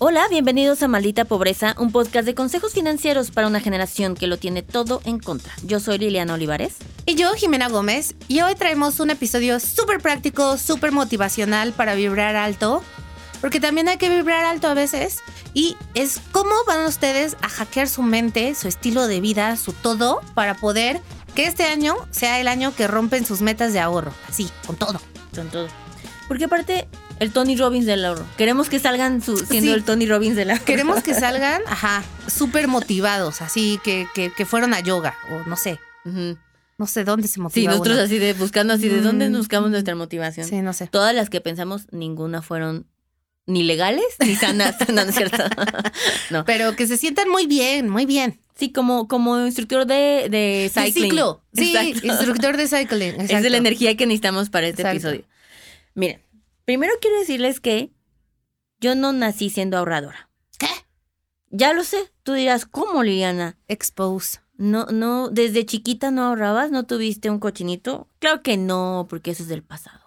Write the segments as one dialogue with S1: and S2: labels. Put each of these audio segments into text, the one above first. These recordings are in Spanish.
S1: Hola, bienvenidos a Maldita Pobreza, un podcast de consejos financieros para una generación que lo tiene todo en contra. Yo soy Liliana Olivares.
S2: Y yo, Jimena Gómez, y hoy traemos un episodio súper práctico, súper motivacional para vibrar alto, porque también hay que vibrar alto a veces, y es cómo van ustedes a hackear su mente, su estilo de vida, su todo, para poder que este año sea el año que rompen sus metas de ahorro, así, con todo.
S1: Con todo. Porque aparte, el Tony Robbins del ahorro. Queremos que salgan su- siendo
S2: Sí.
S1: el Tony Robbins del ahorro.
S2: Queremos que salgan, ajá, súper motivados, así que, que, que fueron a yoga, o no sé,
S1: Ujú.
S2: no sé dónde se motiva
S1: Sí, nosotros
S2: uno.
S1: así de buscando así de dónde
S2: Mm.
S1: buscamos nuestra motivación.
S2: Sí, no sé.
S1: Todas las que pensamos, ninguna fueron ni legales ni sanas. no, no es cierto. no.
S2: Pero que se sientan muy bien, muy bien.
S1: Sí, como, como instructor de, de
S2: De
S1: cycling.
S2: ciclo. Sí,
S1: Exacto.
S2: instructor de cycling.
S1: Es de
S2: exacto.
S1: la energía que necesitamos para este
S2: Exacto.
S1: episodio. Miren, primero quiero decirles que yo no nací siendo ahorradora.
S2: ¿Qué?
S1: Ya lo sé. Tú dirás, ¿cómo, Liliana?
S2: Expose.
S1: No, no, desde chiquita no ahorrabas, no tuviste un cochinito. Claro que no, porque eso es del pasado.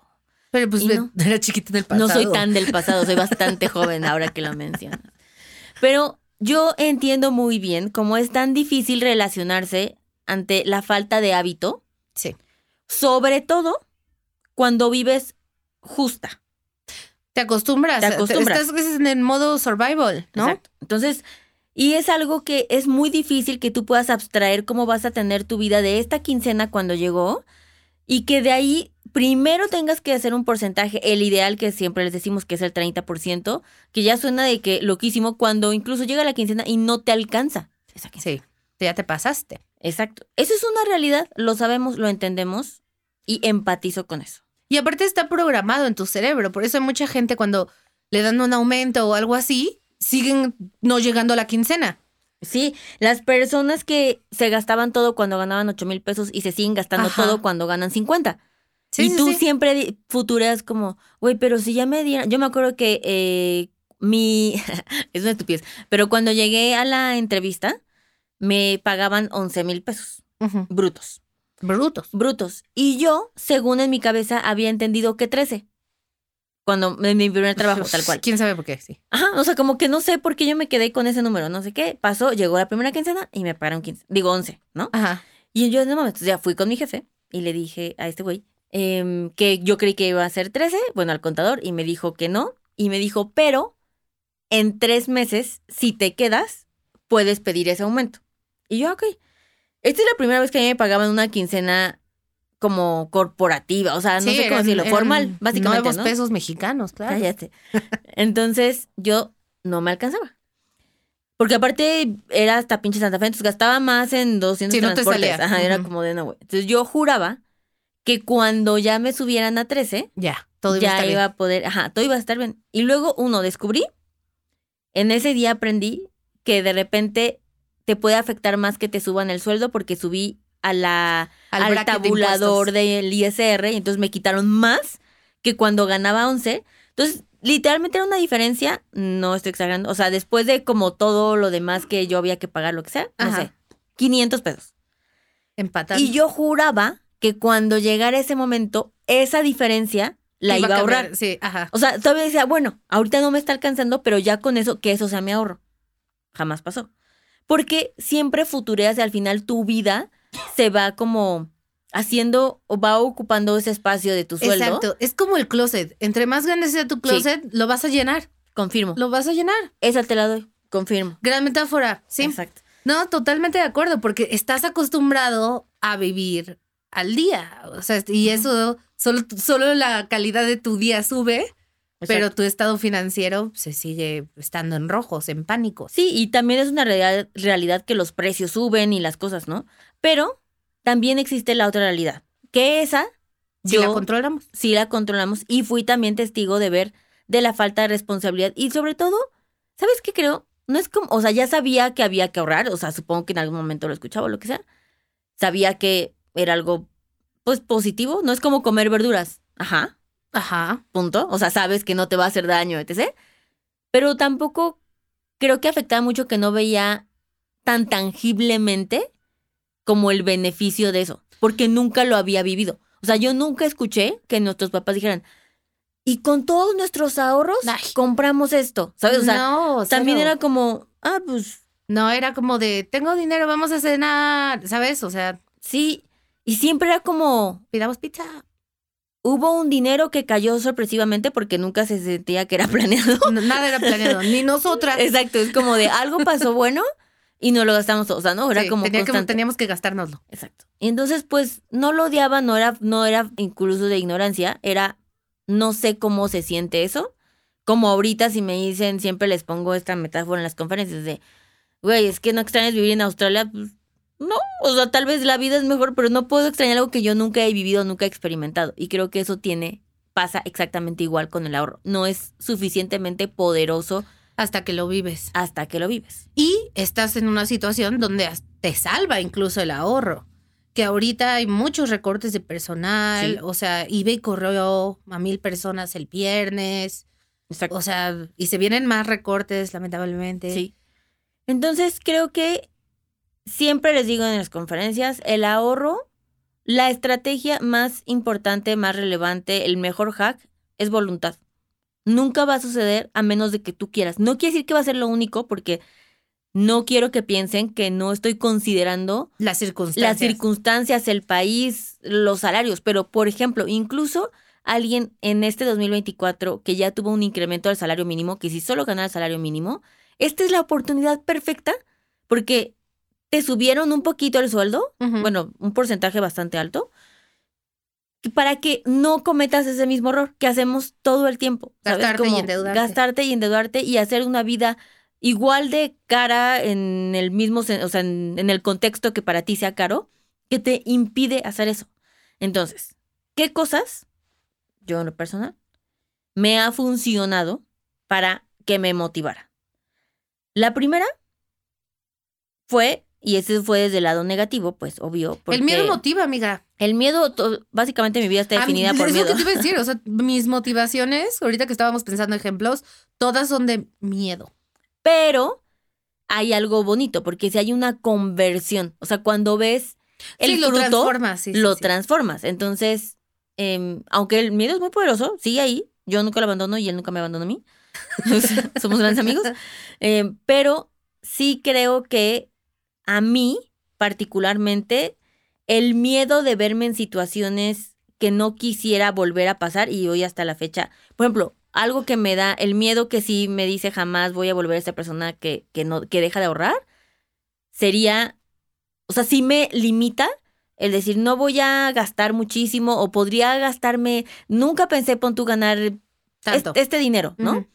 S2: Pero pues
S1: Y no.
S2: era chiquita en el
S1: No soy tan del pasado, soy bastante joven ahora que lo mencionas. Pero yo entiendo muy bien cómo es tan difícil relacionarse ante la falta de hábito,
S2: Sí.
S1: sobre todo cuando vives justa.
S2: Te acostumbras.
S1: Te acostumbras.
S2: Estás estás en el modo survival, ¿no?
S1: Exacto. Entonces, y es algo que es muy difícil que tú puedas abstraer cómo vas a tener tu vida de esta quincena cuando llegó y que de ahí primero tengas que hacer un porcentaje, el ideal que siempre les decimos que es el 30%, que ya suena de que loquísimo cuando incluso llega la quincena y no te alcanza. esa quincena.
S2: Sí. Tú Ya te pasaste.
S1: Exacto. Eso es una realidad, lo sabemos, lo entendemos y empatizo con eso.
S2: Y aparte está programado en tu cerebro. Por eso hay mucha gente cuando le dan un aumento o algo así, siguen no llegando a la quincena.
S1: Sí, las personas que se gastaban todo cuando ganaban 8 mil pesos y se siguen gastando
S2: Ajá.
S1: todo cuando ganan 50.
S2: Sí,
S1: y
S2: sí,
S1: tú
S2: sí.
S1: siempre di- futuras como, güey, pero si ya me dieran. Yo me acuerdo que eh, mi. es una estupidez. Pero cuando llegué a la entrevista, me pagaban 11 mil pesos
S2: Ujú.
S1: brutos.
S2: Brutos.
S1: Brutos. Y yo, según en mi cabeza, había entendido que 13. Cuando en mi primer trabajo, tal cual.
S2: ¿Quién sabe por qué? Sí.
S1: Ajá, o sea, como que no sé por qué yo me quedé con ese número, no sé qué. Pasó, llegó la primera quincena y me pagaron 15, digo 11, ¿no?
S2: Ajá.
S1: Y yo en ese momento ya fui con mi jefe y le dije a este güey em, que yo creí que iba a ser 13, bueno, al contador, y me dijo que no. Y me dijo, pero en tres meses, si te quedas, puedes pedir ese aumento. Y yo, ok. Esta es la primera vez que a mí me pagaban una quincena como corporativa, o sea, Ah, no
S2: Sí,
S1: sé cómo
S2: eran-
S1: decirlo,
S2: eran
S1: formal, básicamente.
S2: Nuevos
S1: ¿no?
S2: pesos mexicanos, claro.
S1: Cállate. Entonces yo no me alcanzaba. Porque aparte era hasta pinche Santa Fe, entonces gastaba más en 200
S2: Sí, no te
S1: transportes.
S2: salía.
S1: Ajá, era
S2: Ujú.
S1: como de no, güey. Entonces yo juraba que cuando ya me subieran a 13,
S2: Ya, todo iba a
S1: ya
S2: estar
S1: iba a poder, ajá, todo iba a estar bien. Y luego uno descubrí, en ese día aprendí que de repente te puede afectar más que te suban el sueldo porque subí a la
S2: bien.
S1: al,
S2: bracket de
S1: tabulador
S2: impuestos.
S1: del ISR y entonces me quitaron más que cuando ganaba 11. Entonces, literalmente era una diferencia, no estoy exagerando, o sea, después de como todo lo demás que yo había que pagar, lo que sea, no
S2: Ajá.
S1: sé, 500 pesos.
S2: Empatado.
S1: Y yo juraba que cuando llegara ese momento, esa diferencia la iba, a
S2: cambiar,
S1: ahorrar.
S2: Sí, ajá.
S1: O sea, todavía decía, bueno, ahorita no me está alcanzando, pero ya con eso, que eso sea mi ahorro. Jamás pasó. Porque siempre futureas y al final tu vida se va como haciendo o va ocupando ese espacio de tu sueldo.
S2: Exacto, es como el closet. Entre más grande sea tu closet, lo vas a llenar.
S1: Confirmo.
S2: Lo vas a llenar.
S1: Esa te la doy. Confirmo.
S2: Gran metáfora, ¿sí?
S1: Exacto.
S2: No, totalmente de acuerdo, porque estás acostumbrado a vivir al día. O sea, y eso, solo, solo la calidad de tu día sube, pero
S1: Pero
S2: tu estado financiero se sigue estando en rojos, en pánico.
S1: sí, y también es una realidad, realidad que los precios suben y las cosas, ¿no? Pero también existe la otra realidad, que esa
S2: Si
S1: yo
S2: la controlamos.
S1: sí la controlamos y fui también testigo de ver de la falta de responsabilidad y sobre todo, ¿sabes qué creo? No es como, o sea, ya sabía que había que ahorrar, o sea, supongo que en algún momento lo escuchaba o lo que sea. Sabía que era algo pues positivo, no es como comer verduras. Ajá.
S2: Ajá.
S1: punto. O sea, sabes que no te va a hacer daño, etc. Pero tampoco creo que afectaba mucho que no veía tan tangiblemente como el beneficio de eso, porque nunca lo había vivido. O sea, yo nunca escuché que nuestros papás dijeran, y con todos nuestros ahorros
S2: Ay.
S1: compramos esto, ¿sabes? O sea,
S2: no,
S1: también
S2: cero.
S1: era como, ah, pues
S2: No, era como de, tengo dinero, vamos a cenar, ¿sabes? O sea,
S1: sí. Y siempre era como,
S2: pidamos pizza.
S1: hubo un dinero que cayó sorpresivamente porque nunca se sentía que era planeado.
S2: No, nada era planeado, ni nosotras.
S1: Exacto, es como de algo pasó bueno y no lo gastamos todo. O sea, no, era
S2: Sí,
S1: como
S2: tenía que-
S1: constante.
S2: teníamos que gastárnoslo.
S1: Exacto. Y entonces, pues, no lo odiaba, no era, no era incluso de ignorancia, era no sé cómo se siente eso. Como ahorita si me dicen, siempre les pongo esta metáfora en las conferencias de, güey, es que no extrañas vivir en Australia. Pues, no, o sea, tal vez la vida es mejor, pero no puedo extrañar algo que yo nunca he vivido, nunca he experimentado. Y creo que eso tiene, pasa exactamente igual con el ahorro. No es suficientemente poderoso
S2: Hasta que lo vives.
S1: hasta que lo vives.
S2: Y estás en una situación donde as- te salva incluso el ahorro. Que ahorita hay muchos recortes de personal,
S1: Sí.
S2: o sea, eBay corrió a mil personas el viernes,
S1: Exacto.
S2: o sea, y se vienen más recortes, lamentablemente.
S1: Sí. Entonces creo que siempre les digo en las conferencias, el ahorro, la estrategia más importante, más relevante, el mejor hack es voluntad. Nunca va a suceder a menos de que tú quieras. No quiere decir que va a ser lo único porque no quiero que piensen que no estoy considerando
S2: Las circunstancias.
S1: las circunstancias, el país, los salarios, pero por ejemplo, incluso alguien en este 2024 que ya tuvo un incremento al salario mínimo, que si solo ganara el salario mínimo, esta es la oportunidad perfecta porque te subieron un poquito el sueldo,
S2: Ujú.
S1: bueno, un porcentaje bastante alto, que- para que no cometas ese mismo error que hacemos todo el tiempo. ¿sabes?
S2: Gastarte y endeudarte.
S1: Gastarte y endeudarte y hacer una vida igual de cara en el mismo, sen- o sea, en, en el contexto que para ti sea caro, que te impide hacer eso. Entonces, ¿qué cosas, yo en lo personal, me ha funcionado para que me motivara? La primera fue, y ese fue desde el lado negativo, pues obvio.
S2: El miedo
S1: porque-
S2: motiva, amiga.
S1: el miedo, to- básicamente mi vida está
S2: A mí-
S1: definida por
S2: es lo
S1: miedo.
S2: que te iba a decir, o sea, mis motivaciones, ahorita que estábamos pensando ejemplos, todas son de miedo.
S1: Pero hay algo bonito, porque si hay una conversión, o sea, cuando ves el
S2: sí, lo
S1: fruto,
S2: transformas, sí, sí,
S1: lo
S2: sí.
S1: transformas. Entonces, em, aunque el miedo es muy poderoso, sigue ahí. Yo nunca lo abandono y él nunca me abandonó a mí. O sea, Somos grandes amigos. Em, pero sí creo que a mí, particularmente, el miedo de verme en situaciones que no quisiera volver a pasar y hoy hasta la fecha, por ejemplo, algo que me da el miedo que sí me dice jamás voy a volver a esta persona que, que no, que deja de ahorrar, sería, o sea, sí me limita el decir, no voy a gastar muchísimo o podría gastarme, nunca pensé pon tú ganar es-
S2: Tanto.
S1: Este, dinero, ¿no?
S2: Ujú.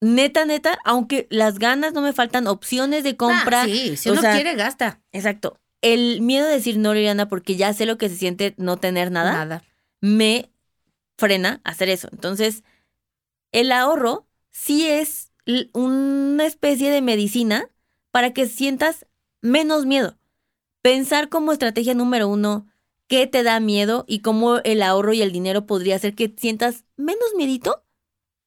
S1: Neta, neta, aunque las ganas no me faltan, opciones de compra.
S2: Ah, sí, si
S1: o
S2: uno
S1: sea,
S2: quiere, gasta.
S1: Exacto. El miedo de decir no, Liliana, porque ya sé lo que se siente no tener nada, me frena a hacer eso. Entonces, el ahorro sí es l- una especie de medicina para que sientas menos miedo. Pensar como estrategia número uno qué te da miedo y cómo el ahorro y el dinero podría hacer que sientas menos miedito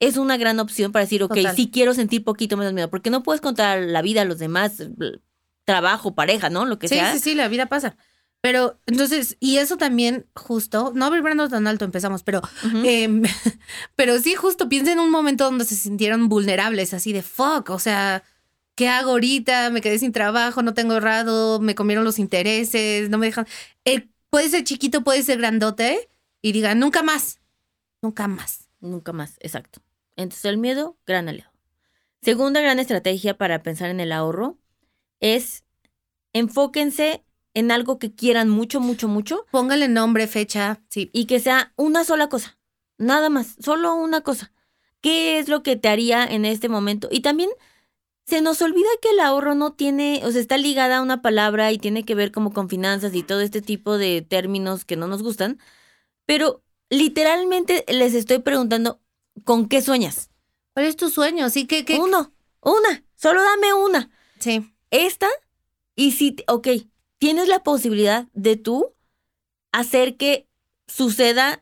S1: es una gran opción para decir, ok,
S2: Total.
S1: sí quiero sentir poquito menos miedo, porque no puedes contar la vida, los demás, bl- trabajo, pareja, ¿no? Lo que
S2: sí,
S1: sea.
S2: sí, sí, la vida pasa. Pero entonces, y eso también justo, no vibrando tan alto empezamos, pero,
S1: Ujú.
S2: em, pero sí, justo piensa en un momento donde se sintieron vulnerables, así de fuck, o sea, ¿qué hago ahorita? Me quedé sin trabajo, no tengo ahorrado, me comieron los intereses, no me dejan. Eh, Puede ser chiquito, puede ser grandote y digan, nunca más, nunca más.
S1: Nunca más, exacto. Entonces el miedo, gran aliado. Segunda gran estrategia para pensar en el ahorro es enfóquense en algo que quieran mucho, mucho, mucho
S2: Póngale nombre, fecha, sí.
S1: y que sea una sola cosa. Nada más, solo una cosa. ¿Qué es lo que te haría en este momento? Y también se nos olvida que el ahorro no tiene, o sea, está ligada a una palabra y tiene que ver como con finanzas y todo este tipo de términos que no nos gustan. Pero literalmente les estoy preguntando, ¿con qué sueñas?
S2: ¿Cuál es tu sueño? Sí, ¿qué? qué?
S1: Uno, una, solo dame una.
S2: Sí.
S1: esta y si, te- ok, tienes la posibilidad de tú hacer que suceda,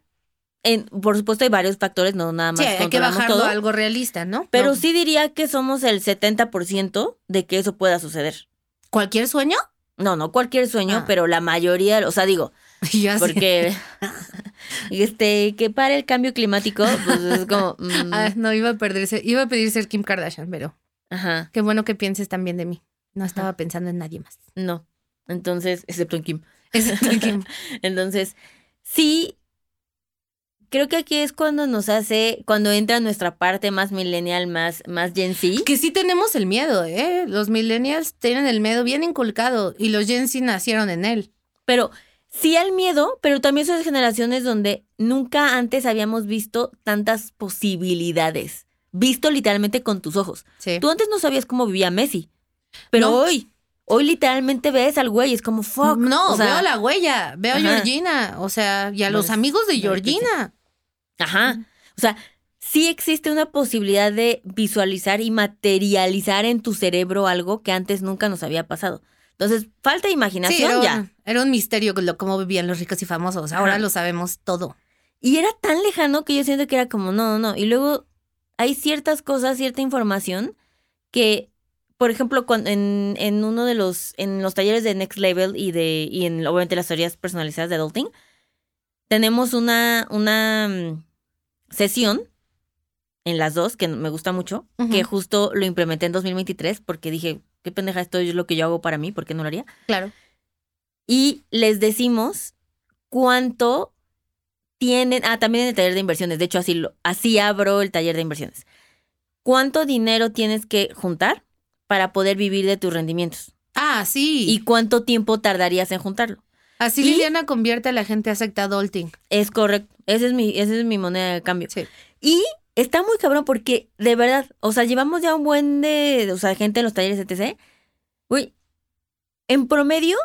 S1: en, por supuesto hay varios factores, no nada más.
S2: Sí, hay que
S1: controlamos
S2: bajarlo
S1: todo,
S2: a algo realista, ¿no?
S1: Pero
S2: No.
S1: sí diría que somos el 70% de que eso pueda suceder.
S2: ¿Cualquier sueño?
S1: No, no cualquier sueño,
S2: Ah.
S1: pero la mayoría, o sea, digo,
S2: Y yo así,
S1: porque este que para el cambio climático, pues es como mm,
S2: ah, no, iba a perderse, iba a pedir ser Kim Kardashian, pero
S1: ajá,
S2: qué bueno que pienses también de mí. No estaba pensando en nadie más.
S1: no. Entonces, excepto en Kim.
S2: Excepto en Kim.
S1: Entonces, sí, creo que aquí es cuando nos hace, cuando entra nuestra parte más millennial, más, más Gen Z.
S2: Que sí tenemos el miedo, ¿eh? Los millennials tienen el miedo bien inculcado y los Gen Z nacieron en él.
S1: Pero sí al miedo, pero también son generaciones donde nunca antes habíamos visto tantas posibilidades. Visto literalmente con tus ojos.
S2: Sí.
S1: Tú antes no sabías cómo vivía Messi, pero
S2: No.
S1: hoy, hoy literalmente ves al güey, y es como fuck.
S2: No,
S1: o sea,
S2: veo la huella, veo a
S1: Ajá.
S2: Georgina, o sea, y a los
S1: Pues,
S2: amigos de
S1: claro que sí.
S2: Georgina.
S1: Ajá. O sea, sí existe una posibilidad de visualizar y materializar en tu cerebro algo que antes nunca nos había pasado. Entonces, falta imaginación
S2: era, un-
S1: ya.
S2: era un misterio lo- cómo vivían los ricos y famosos. Ahora
S1: Ajá.
S2: lo sabemos todo.
S1: Y era tan lejano que yo siento que era como, no, no, no. Y luego hay ciertas cosas, cierta información que, por ejemplo, cuan- en, en uno de los, en los talleres de Next Level y de, y en obviamente las teorías personalizadas de Adulting, tenemos una, una mm, sesión en las dos, que me gusta mucho,
S2: Ujú.
S1: que justo lo implementé en 2023 porque dije, qué pendeja, esto es lo que yo hago para mí, ¿por qué no lo haría?
S2: Claro.
S1: y les decimos cuánto tienen, ah, también en el taller de inversiones, de hecho así, lo- así abro el taller de inversiones, cuánto dinero tienes que juntar para poder vivir de tus rendimientos
S2: Ah, sí.
S1: y cuánto tiempo tardarías en juntarlo.
S2: Así
S1: y-
S2: Liliana convierte a la gente a secta adulting.
S1: Es correcto, esa es mi, esa es mi moneda de cambio.
S2: Sí.
S1: Y está muy cabrón porque, de verdad, o sea, llevamos ya un buen de, E o sea, gente en los talleres, etc. Uy, en promedio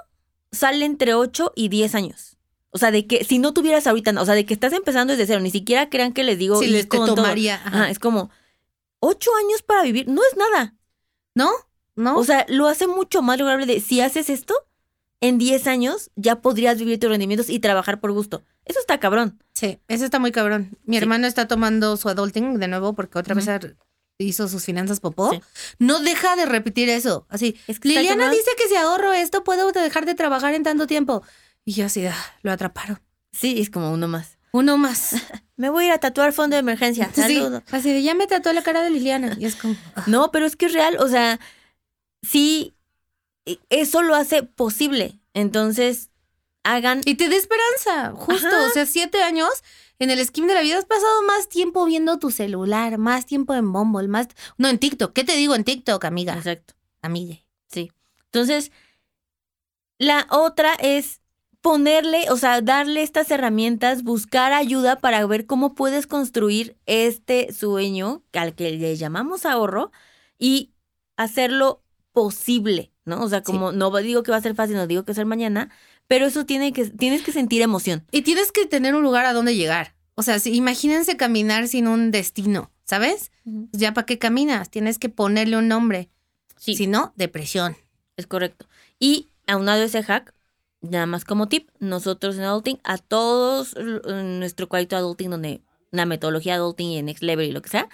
S1: sale entre 8 y 10 años. O sea, de que si no tuvieras ahorita, no, o sea, de que estás empezando desde cero, ni siquiera crean que les digo...
S2: Si
S1: y
S2: les te
S1: con todo.
S2: tomaría.
S1: Ajá,
S2: ajá.
S1: es como, 8 años para vivir, no es nada.
S2: ¿No? ¿No?
S1: O sea, lo hace mucho más lograble de, si haces esto, en 10 años ya podrías vivir tus rendimientos y trabajar por gusto. Eso está cabrón.
S2: sí, eso está muy cabrón. Mi
S1: Sí.
S2: hermano está tomando su adulting de nuevo porque otra
S1: Ujú.
S2: vez ar- hizo sus finanzas popó.
S1: Sí.
S2: No deja de repetir eso. Así,
S1: Es que está
S2: Liliana
S1: cabrón.
S2: dice que si ahorro esto puedo dejar de trabajar en tanto tiempo. Y yo así, ah, lo atraparon.
S1: Sí, es como uno más.
S2: Uno más.
S1: Me voy a ir a tatuar fondo de emergencia.
S2: Sí,
S1: Saludos.
S2: así de ya me trató la cara de Liliana. Y es como, ah,
S1: No, pero es que es real. O sea, sí, e- eso lo hace posible. Entonces, hagan.
S2: Y te da esperanza, justo.
S1: Ajá.
S2: O sea, siete años en el skin de la vida has pasado más tiempo viendo tu celular, más tiempo en Bumble, más. No, en TikTok. ¿Qué te digo en TikTok, amiga?
S1: Exacto.
S2: Amigue.
S1: Entonces, la otra es ponerle, o sea, darle estas herramientas, buscar ayuda para ver cómo puedes construir este sueño al que le llamamos ahorro y hacerlo posible, ¿no? O sea, como no va- digo que va a ser fácil, no digo que va a ser mañana, pero eso tiene que tienes que sentir emoción.
S2: Y tienes que tener un lugar a donde llegar. O sea, si- imagínense caminar sin un destino, ¿sabes? Pues,
S1: Ujú.
S2: Ya para qué caminas, tienes que ponerle un nombre.
S1: Sí.
S2: Si no, depresión.
S1: Es correcto. Y aunado a ese hack, nada más como tip, nosotros en Adulting, a todos l- en nuestro cuadrito Adulting, donde la metodología Adulting y en Next Level y lo que sea,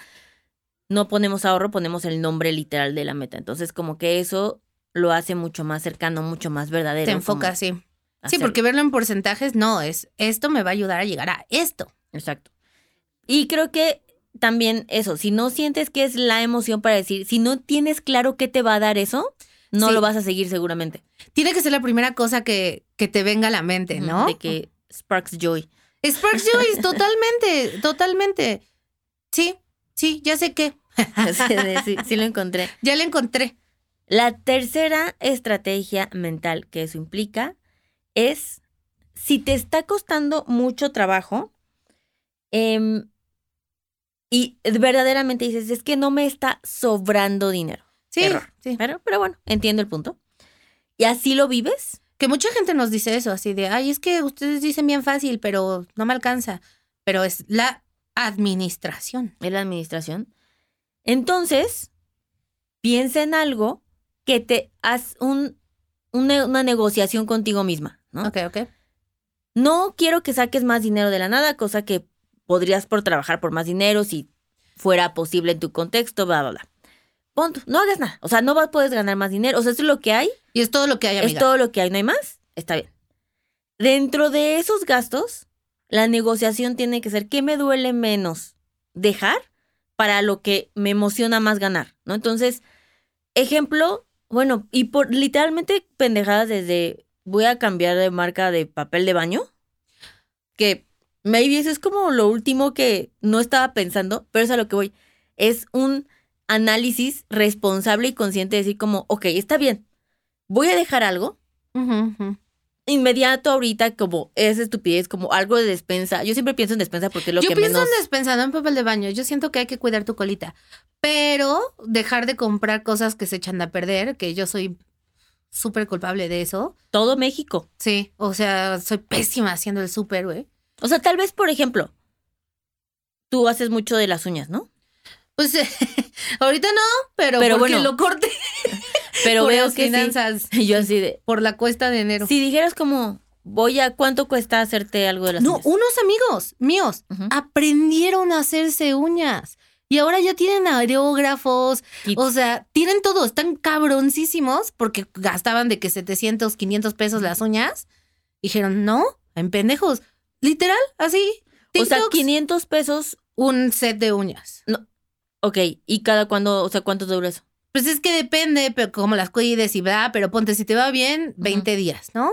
S1: no ponemos ahorro, ponemos el nombre literal de la meta. Entonces, como que eso lo hace mucho más cercano, mucho más verdadero.
S2: te
S1: como
S2: enfocas, sí. Sí,
S1: hacerlo.
S2: porque verlo en porcentajes no es esto me va a ayudar a llegar a esto.
S1: Exacto. Y creo que también eso, si no sientes que es la emoción para decir, si no tienes claro qué te va a dar eso, no
S2: Sí.
S1: lo vas a seguir seguramente.
S2: Tiene que ser la primera cosa que, que te venga a la mente, ¿no?
S1: De que sparks joy.
S2: Sparks Joyce, totalmente, totalmente. Sí, sí, ya sé que.
S1: sí, sí lo encontré.
S2: Ya la encontré.
S1: La tercera estrategia mental que eso implica es si te está costando mucho trabajo em, y verdaderamente dices, es que no me está sobrando dinero.
S2: Sí,
S1: Error.
S2: sí.
S1: Pero, pero bueno, entiendo el punto. Y así lo vives.
S2: Que mucha gente nos dice eso, así de, ay, es que ustedes dicen bien fácil, pero no me alcanza. Pero es la administración.
S1: en la administración. Entonces, piensa en algo que te haz un, una, una negociación contigo misma, ¿no?
S2: Ok, ok.
S1: No quiero que saques más dinero de la nada, cosa que podrías por trabajar por más dinero si fuera posible en tu contexto, bla, bla, bla. Punto. No hagas nada. O sea, no vas, puedes ganar más dinero. O sea, eso es lo que hay.
S2: Y es todo lo que hay,
S1: Es
S2: amiga.
S1: todo lo que hay, no hay más. Está bien. Dentro de esos gastos, la negociación tiene que ser qué me duele menos dejar para lo que me emociona más ganar, ¿no? Entonces, ejemplo, bueno, y por literalmente pendejadas desde voy a cambiar de marca de papel de baño, que maybe eso es como lo último que no estaba pensando, pero es a lo que voy. Es un análisis responsable y consciente de decir como, ok, está bien, voy a dejar algo
S2: Ujú, ujú.
S1: inmediato ahorita como esa estupidez, como algo de despensa. Yo siempre pienso en despensa porque es lo
S2: Yo
S1: que
S2: pienso
S1: menos...
S2: en despensado en papel de baño. Yo siento que hay que cuidar tu colita. Pero dejar de comprar cosas que se echan a perder, que yo soy súper culpable de eso.
S1: Todo México.
S2: Sí, o sea, soy pésima haciendo el súper, güey.
S1: O sea, tal vez, por ejemplo, tú haces mucho de las uñas, ¿no?
S2: Pues ahorita no, pero,
S1: Pero
S2: porque
S1: bueno,
S2: lo corté
S1: Pero
S2: por
S1: veo
S2: las
S1: que sí.
S2: finanzas,
S1: Y yo así de...
S2: por la cuesta de enero.
S1: Si dijeras como, voy a... ¿Cuánto cuesta hacerte algo de las
S2: No,
S1: uñas?
S2: unos amigos míos
S1: Ujú.
S2: aprendieron a hacerse uñas y ahora ya tienen aerógrafos,
S1: Kits.
S2: o sea, tienen todo, están cabroncísimos porque gastaban de que 700, 500 pesos las uñas. Dijeron, no, en pendejos, literal, así.
S1: o sea,
S2: TikToks,
S1: 500 pesos,
S2: un set de uñas.
S1: ok. ¿Y cada cuándo, o sea, cuánto dura eso?
S2: Pues es que depende, pero como las cuides y bla, pero ponte, si te va bien, 20 días, ¿no?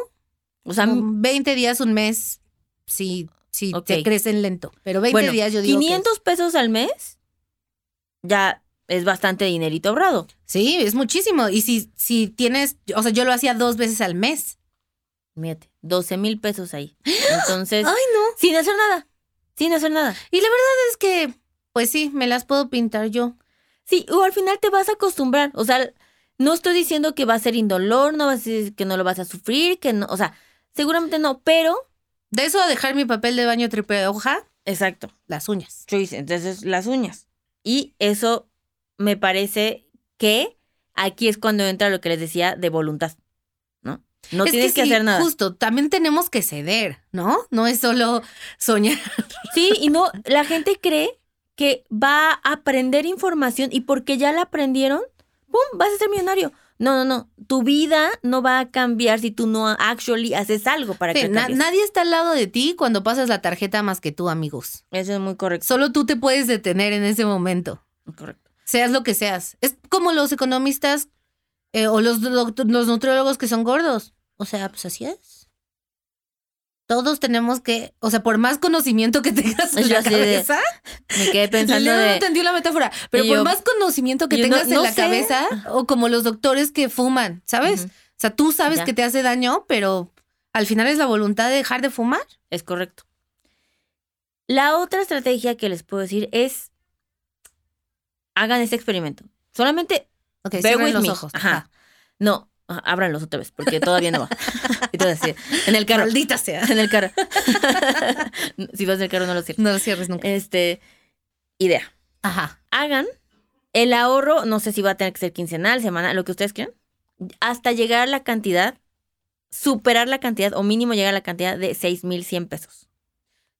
S1: O sea,
S2: Como 20 días, un mes, si, si
S1: Ok.
S2: te crecen lento. Pero 20
S1: bueno,
S2: días yo digo. que es-
S1: 500 pesos al mes ya es bastante dinerito ahorrado.
S2: Sí, es muchísimo. Y si, si tienes, o sea, yo lo hacía dos veces al mes.
S1: Mírate, 12 mil pesos ahí. Entonces,
S2: no.
S1: sin hacer nada, sin hacer nada.
S2: Y la verdad es que, pues sí, me las puedo pintar yo.
S1: Sí, o al final te vas a acostumbrar. O sea, no estoy diciendo que va a ser indolor, no vas a decir que no lo vas a sufrir, que no, o sea, seguramente no, pero...
S2: De eso a dejar mi papel de baño triple hoja,
S1: Exacto.
S2: las uñas.
S1: Yo hice, entonces las uñas. Y eso me parece que aquí es cuando entra lo que les decía de voluntad, ¿no? No
S2: Es
S1: tienes que,
S2: sí,
S1: hacer nada.
S2: Justo, también tenemos que ceder, ¿no? No es solo soñar.
S1: Sí, y no, la gente cree que va a aprender información y porque ya la aprendieron, ¡pum! vas a ser millonario. No, no, no. Tu vida no va a cambiar si tú no actually haces algo para
S2: Sí,
S1: que
S2: na-
S1: cambies.
S2: nadie está al lado de ti cuando pasas la tarjeta más que tú, amigos.
S1: Eso es muy correcto.
S2: Solo tú te puedes detener en ese momento.
S1: muy correcto.
S2: seas lo que seas. Es como los economistas eh, o los, doc- los nutriólogos que son gordos. O sea, pues así es. Todos tenemos que, o sea, por más conocimiento que tengas en
S1: Yo
S2: la
S1: así de-
S2: cabeza,
S1: Me quedé pensando
S2: Liliana no
S1: de...
S2: entendió la metáfora, pero
S1: Y
S2: por
S1: yo-
S2: más conocimiento que
S1: y yo no-
S2: tengas en
S1: no
S2: la
S1: sé.
S2: cabeza, o como los doctores que fuman, ¿sabes?
S1: Ujú,
S2: O sea, tú sabes
S1: Ya.
S2: que te hace daño, pero al final es la voluntad de dejar de fumar.
S1: Es correcto. La otra estrategia que les puedo decir es hagan ese experimento. Solamente
S2: Ok,
S1: Bear
S2: cierren
S1: with
S2: los
S1: me.
S2: ojos. Ah,
S1: Ajá.
S2: Ajá.
S1: No, ajá, ábranlos otra vez, porque todavía no va. Entonces, sí, en el carro.
S2: Maldita sea.
S1: En el carro. si vas en el carro, no lo cierres.
S2: No los cierres nunca.
S1: Este, idea.
S2: Ajá.
S1: Hagan el ahorro, no sé si va a tener que ser quincenal, semanal, lo que ustedes quieran, hasta llegar a la cantidad, superar la cantidad o mínimo llegar a la cantidad de 6,100 pesos.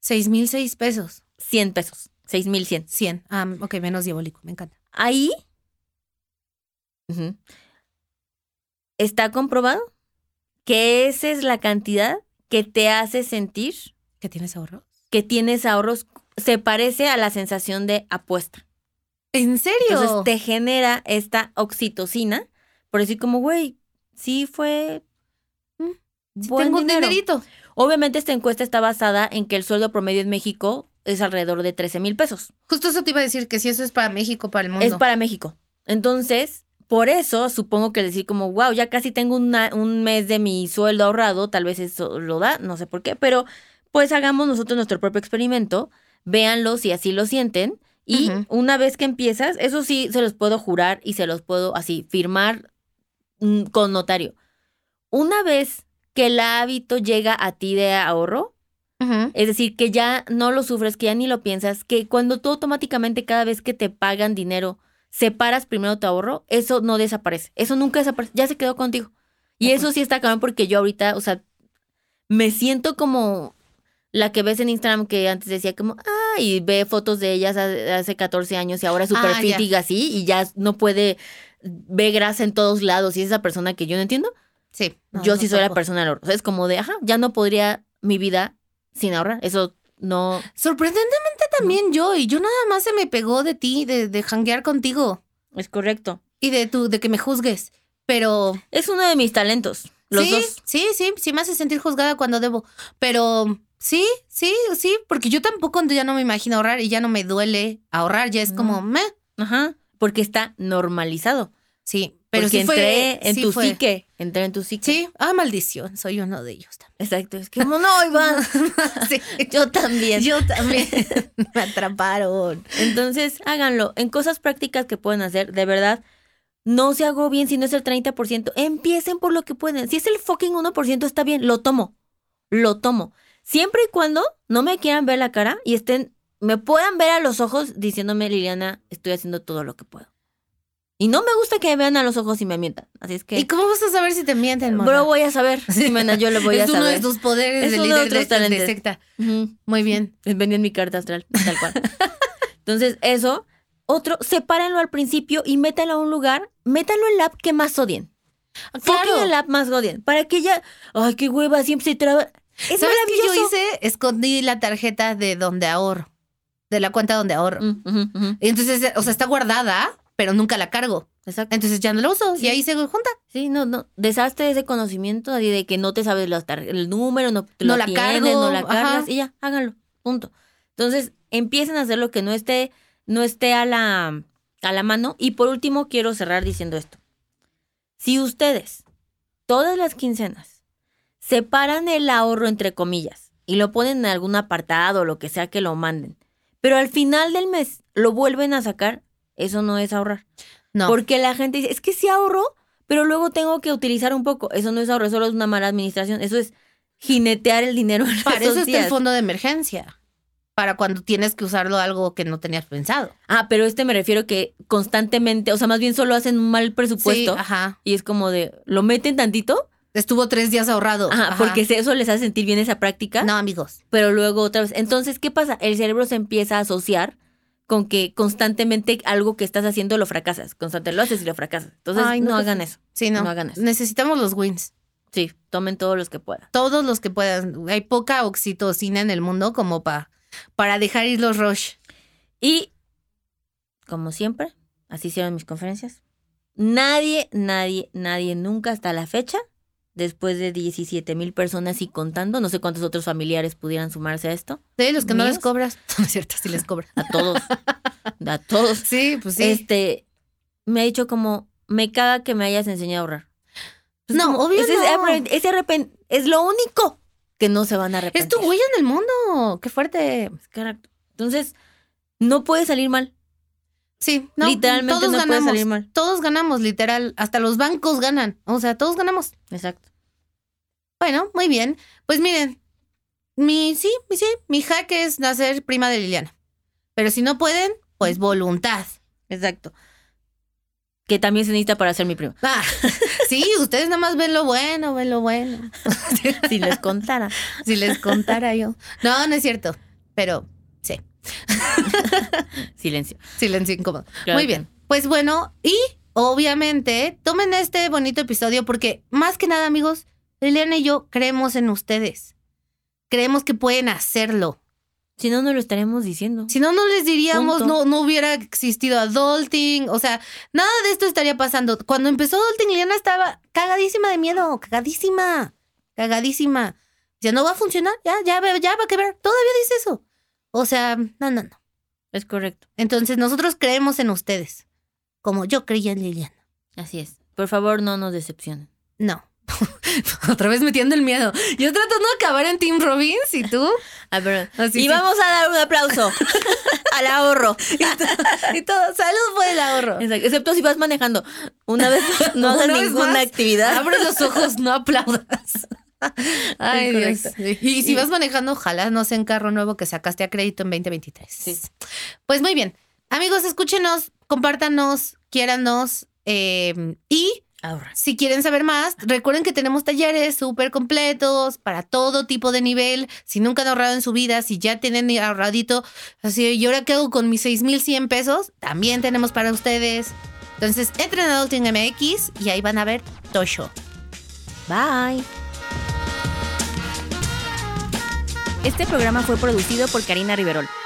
S2: Seis mil seis pesos.
S1: 100 pesos. 6,100.
S2: 100. Ah, ok, menos diabólico, me encanta.
S1: Ahí ujú, está comprobado que esa es la cantidad que te hace sentir
S2: ¿Que tienes ahorro?
S1: que tienes ahorros. Se parece a la sensación de apuesta.
S2: ¿En serio?
S1: Entonces te genera esta oxitocina Por decir como, güey, sí fue... mm,
S2: Sí,
S1: buen
S2: tengo un
S1: dinero".
S2: dinerito.
S1: Obviamente esta encuesta está basada en que el sueldo promedio en México es alrededor de 13 mil pesos.
S2: Justo eso te iba a decir que si eso es para México, para el mundo.
S1: Es para México. Entonces, por eso supongo que decir como, wow, ya casi tengo una- un mes de mi sueldo ahorrado, tal vez eso lo da, no sé por qué, pero pues hagamos nosotros nuestro propio experimento, véanlo si así lo sienten. Y
S2: Ujú.
S1: una vez que empiezas, eso sí se los puedo jurar y se los puedo así firmar mm, con notario. Una vez que el hábito llega a ti de ahorro,
S2: Ujú.
S1: es decir, que ya no lo sufres, que ya ni lo piensas, que cuando tú automáticamente cada vez que te pagan dinero, separas primero tu ahorro, eso no desaparece. Eso nunca desaparece, ya se quedó contigo. Y eso sí está cabrón porque yo ahorita, o sea, me siento como la que ves en Instagram que antes decía como, ah, y ve fotos de ellas ha- hace 14 años y ahora es super
S2: Ah,
S1: fit
S2: ya.
S1: y así, y ya no puede, ve grasa en todos lados y es esa persona que yo no entiendo
S2: Sí. No,
S1: yo
S2: no
S1: sí soy la
S2: topo.
S1: persona del ahorro. O sea, es como de, ajá, ya no podría mi vida sin ahorrar. Eso no.
S2: Sorprendentemente también yo, y yo nada más se me pegó de ti, de, de janguear contigo
S1: Es correcto.
S2: y de tu, de que me juzgues. Pero
S1: Es uno de mis talentos. Los
S2: sí,
S1: dos.
S2: sí, sí, sí me hace sentir juzgada cuando debo. Pero sí, sí, sí, porque yo tampoco ya no me imagino ahorrar y ya no me duele ahorrar, ya es como,
S1: No.
S2: meh.
S1: Ajá. Porque está normalizado.
S2: Sí, pero
S1: Porque
S2: sí fue-
S1: entré en
S2: sí
S1: tu
S2: fue.
S1: psique. Entré en tu psique.
S2: Sí, ah, maldición, soy uno de ellos también.
S1: Exacto. Es que como no, Iván.
S2: Sí,
S1: Yo también.
S2: yo también. me atraparon.
S1: Entonces, háganlo. En cosas prácticas que pueden hacer, de verdad, no se hago bien si no es el 30%. Empiecen por lo que pueden. Si es el fucking 1%, está bien, lo tomo. Lo tomo. Siempre y cuando no me quieran ver la cara y estén, me puedan ver a los ojos diciéndome, Liliana, estoy haciendo todo lo que puedo. Y no me gusta que me vean a los ojos y me mientan. Así es
S2: ¿Y
S1: que,
S2: cómo vas a saber si te mienten, mona?
S1: bro, voy a saber. Jimena, yo lo voy
S2: es
S1: a
S2: uno de
S1: saber.
S2: tus poderes
S1: Es
S2: de
S1: uno de
S2: líder
S1: otros
S2: de- de,
S1: talentos.
S2: secta.
S1: Ujú.
S2: Muy bien.
S1: Vendí en mi carta astral, tal cual. Entonces, eso. Otro, sepárenlo al principio y métanlo a un lugar. Métanlo en la app que más odien. Claro.
S2: Ah, Claro.
S1: en la app más odien. Para que ya. Ay, qué hueva, siempre se traba.
S2: ¿Sabes
S1: Es
S2: qué
S1: maravilloso.
S2: yo hice? Escondí la tarjeta de donde ahorro, de la cuenta donde ahorro.
S1: Mm, ujú, ujú.
S2: Y Entonces, o sea, está guardada, pero nunca la cargo.
S1: Exacto.
S2: Entonces ya no la uso
S1: Sí.
S2: y ahí se junta.
S1: Sí, no, no. Deshazte de ese conocimiento así de que no te sabes los tar- el número, no, te
S2: No
S1: lo
S2: la
S1: tienes,
S2: cargo,
S1: no la
S2: ajá.
S1: cargas y ya, háganlo. Punto. Entonces, empiecen a hacer lo que no esté, no esté a la, a la mano. Y por último, quiero cerrar diciendo esto. Si ustedes, todas las quincenas, separan el ahorro entre comillas y lo ponen en algún apartado o lo que sea que lo manden, pero al final del mes lo vuelven a sacar, eso no es ahorrar.
S2: No.
S1: Porque la gente dice, es que sí ahorro, pero luego tengo que utilizar un poco. Eso no es ahorro, solo es una mala administración. Eso es jinetear el dinero. en
S2: para
S1: esos
S2: eso está
S1: días.
S2: el fondo de emergencia. Para cuando tienes que usarlo algo que no tenías pensado.
S1: Ah, pero este me refiero que constantemente, o sea, más bien solo hacen un mal presupuesto.
S2: Sí, ajá.
S1: y es como de, lo meten tantito,
S2: Estuvo tres días ahorrado.
S1: ajá, porque se- eso les hace sentir bien esa práctica,
S2: No, amigos.
S1: pero luego otra vez. Entonces, ¿qué pasa? El cerebro se empieza a asociar con que constantemente algo que estás haciendo lo fracasas, constantemente lo haces y lo fracasas. Entonces,
S2: Ay, no,
S1: no,
S2: qué
S1: hagan
S2: feo.
S1: eso.
S2: Sí, no.
S1: No hagan eso.
S2: Necesitamos los wins.
S1: Sí, tomen todos los que puedan.
S2: Todos los que puedan. Hay poca oxitocina en el mundo como pa- para dejar ir los rush.
S1: Y, como siempre, así hicieron mis conferencias. Nadie, nadie, nadie nunca hasta la fecha, después de 17 mil personas y contando, no sé cuántos otros familiares pudieran sumarse a esto,
S2: Sí, los que no les
S1: ¿Míos?
S2: cobras. No es cierto, sí les cobras.
S1: a todos, a todos.
S2: Sí, pues sí.
S1: Este, me ha dicho como, me caga que me hayas enseñado a ahorrar. Es
S2: No, obvio
S1: ese es
S2: no.
S1: arrepent- ese arrepent- es lo único que no se van a
S2: es
S1: arrepentir.
S2: tu huella en el mundo. Qué fuerte.
S1: Carac- Entonces, no puede salir mal.
S2: Sí, no,
S1: Literalmente
S2: todos
S1: no puede
S2: ganamos.
S1: salir mal.
S2: Todos ganamos, literal. Hasta los bancos ganan. O sea, todos ganamos.
S1: Exacto.
S2: Bueno, muy bien. Pues miren, mi sí, mi sí, mi hack es nacer prima de Liliana. Pero si no pueden, pues voluntad.
S1: Exacto. Que también se necesita para ser mi prima.
S2: Ah, sí, ustedes nada más ven lo bueno, ven lo bueno.
S1: Si les contara.
S2: Si les contara yo. No, no es cierto. Pero
S1: Silencio.
S2: silencio incómodo.
S1: Claro
S2: Muy
S1: que
S2: bien. Pues bueno, y obviamente tomen este bonito episodio porque más que nada, amigos, Liliana y yo creemos en ustedes. Creemos que pueden hacerlo.
S1: Si no, no lo estaremos diciendo.
S2: Si no, no les diríamos, no,
S1: Punto.
S2: no hubiera existido adulting. O sea, nada de esto estaría pasando. Cuando empezó adulting, Liliana estaba cagadísima de miedo, cagadísima, cagadísima. Ya no va a funcionar, ya, ya, ve- ya va a quebrar. Todavía dice eso. O sea, no, no, no.
S1: Es correcto.
S2: Entonces nosotros creemos en ustedes, como yo creía en Liliana.
S1: Así es. Por favor, no nos decepcionen.
S2: No. Otra vez metiendo el miedo. Yo tratando de acabar en Tim Robbins y tú.
S1: Ah, perdón.
S2: Así,
S1: y
S2: sí.
S1: vamos a dar un aplauso al ahorro.
S2: Y todo. Salud por el ahorro.
S1: Exacto. Excepto si vas manejando. Una vez no hagas
S2: Una vez
S1: ninguna
S2: más,
S1: actividad.
S2: Abre los ojos, no aplaudas. Ay, Dios.
S1: Correcto.
S2: Y si vas manejando, ojalá no sea en carro nuevo que sacaste a crédito en 2023.
S1: Sí.
S2: Pues muy bien. Amigos, escúchenos, compártanos, quiéranos. eh, y
S1: Ahorra.
S2: si quieren saber más, recuerden que tenemos talleres súper completos para todo tipo de nivel. Si nunca han ahorrado en su vida, si ya tienen ahorradito, así, ¿y ahora qué hago con mis 6,100 pesos? También tenemos para ustedes. Entonces, entren a Adulting MX y ahí van a ver Tosho.
S1: Bye. Este programa fue producido por Karina Riverol.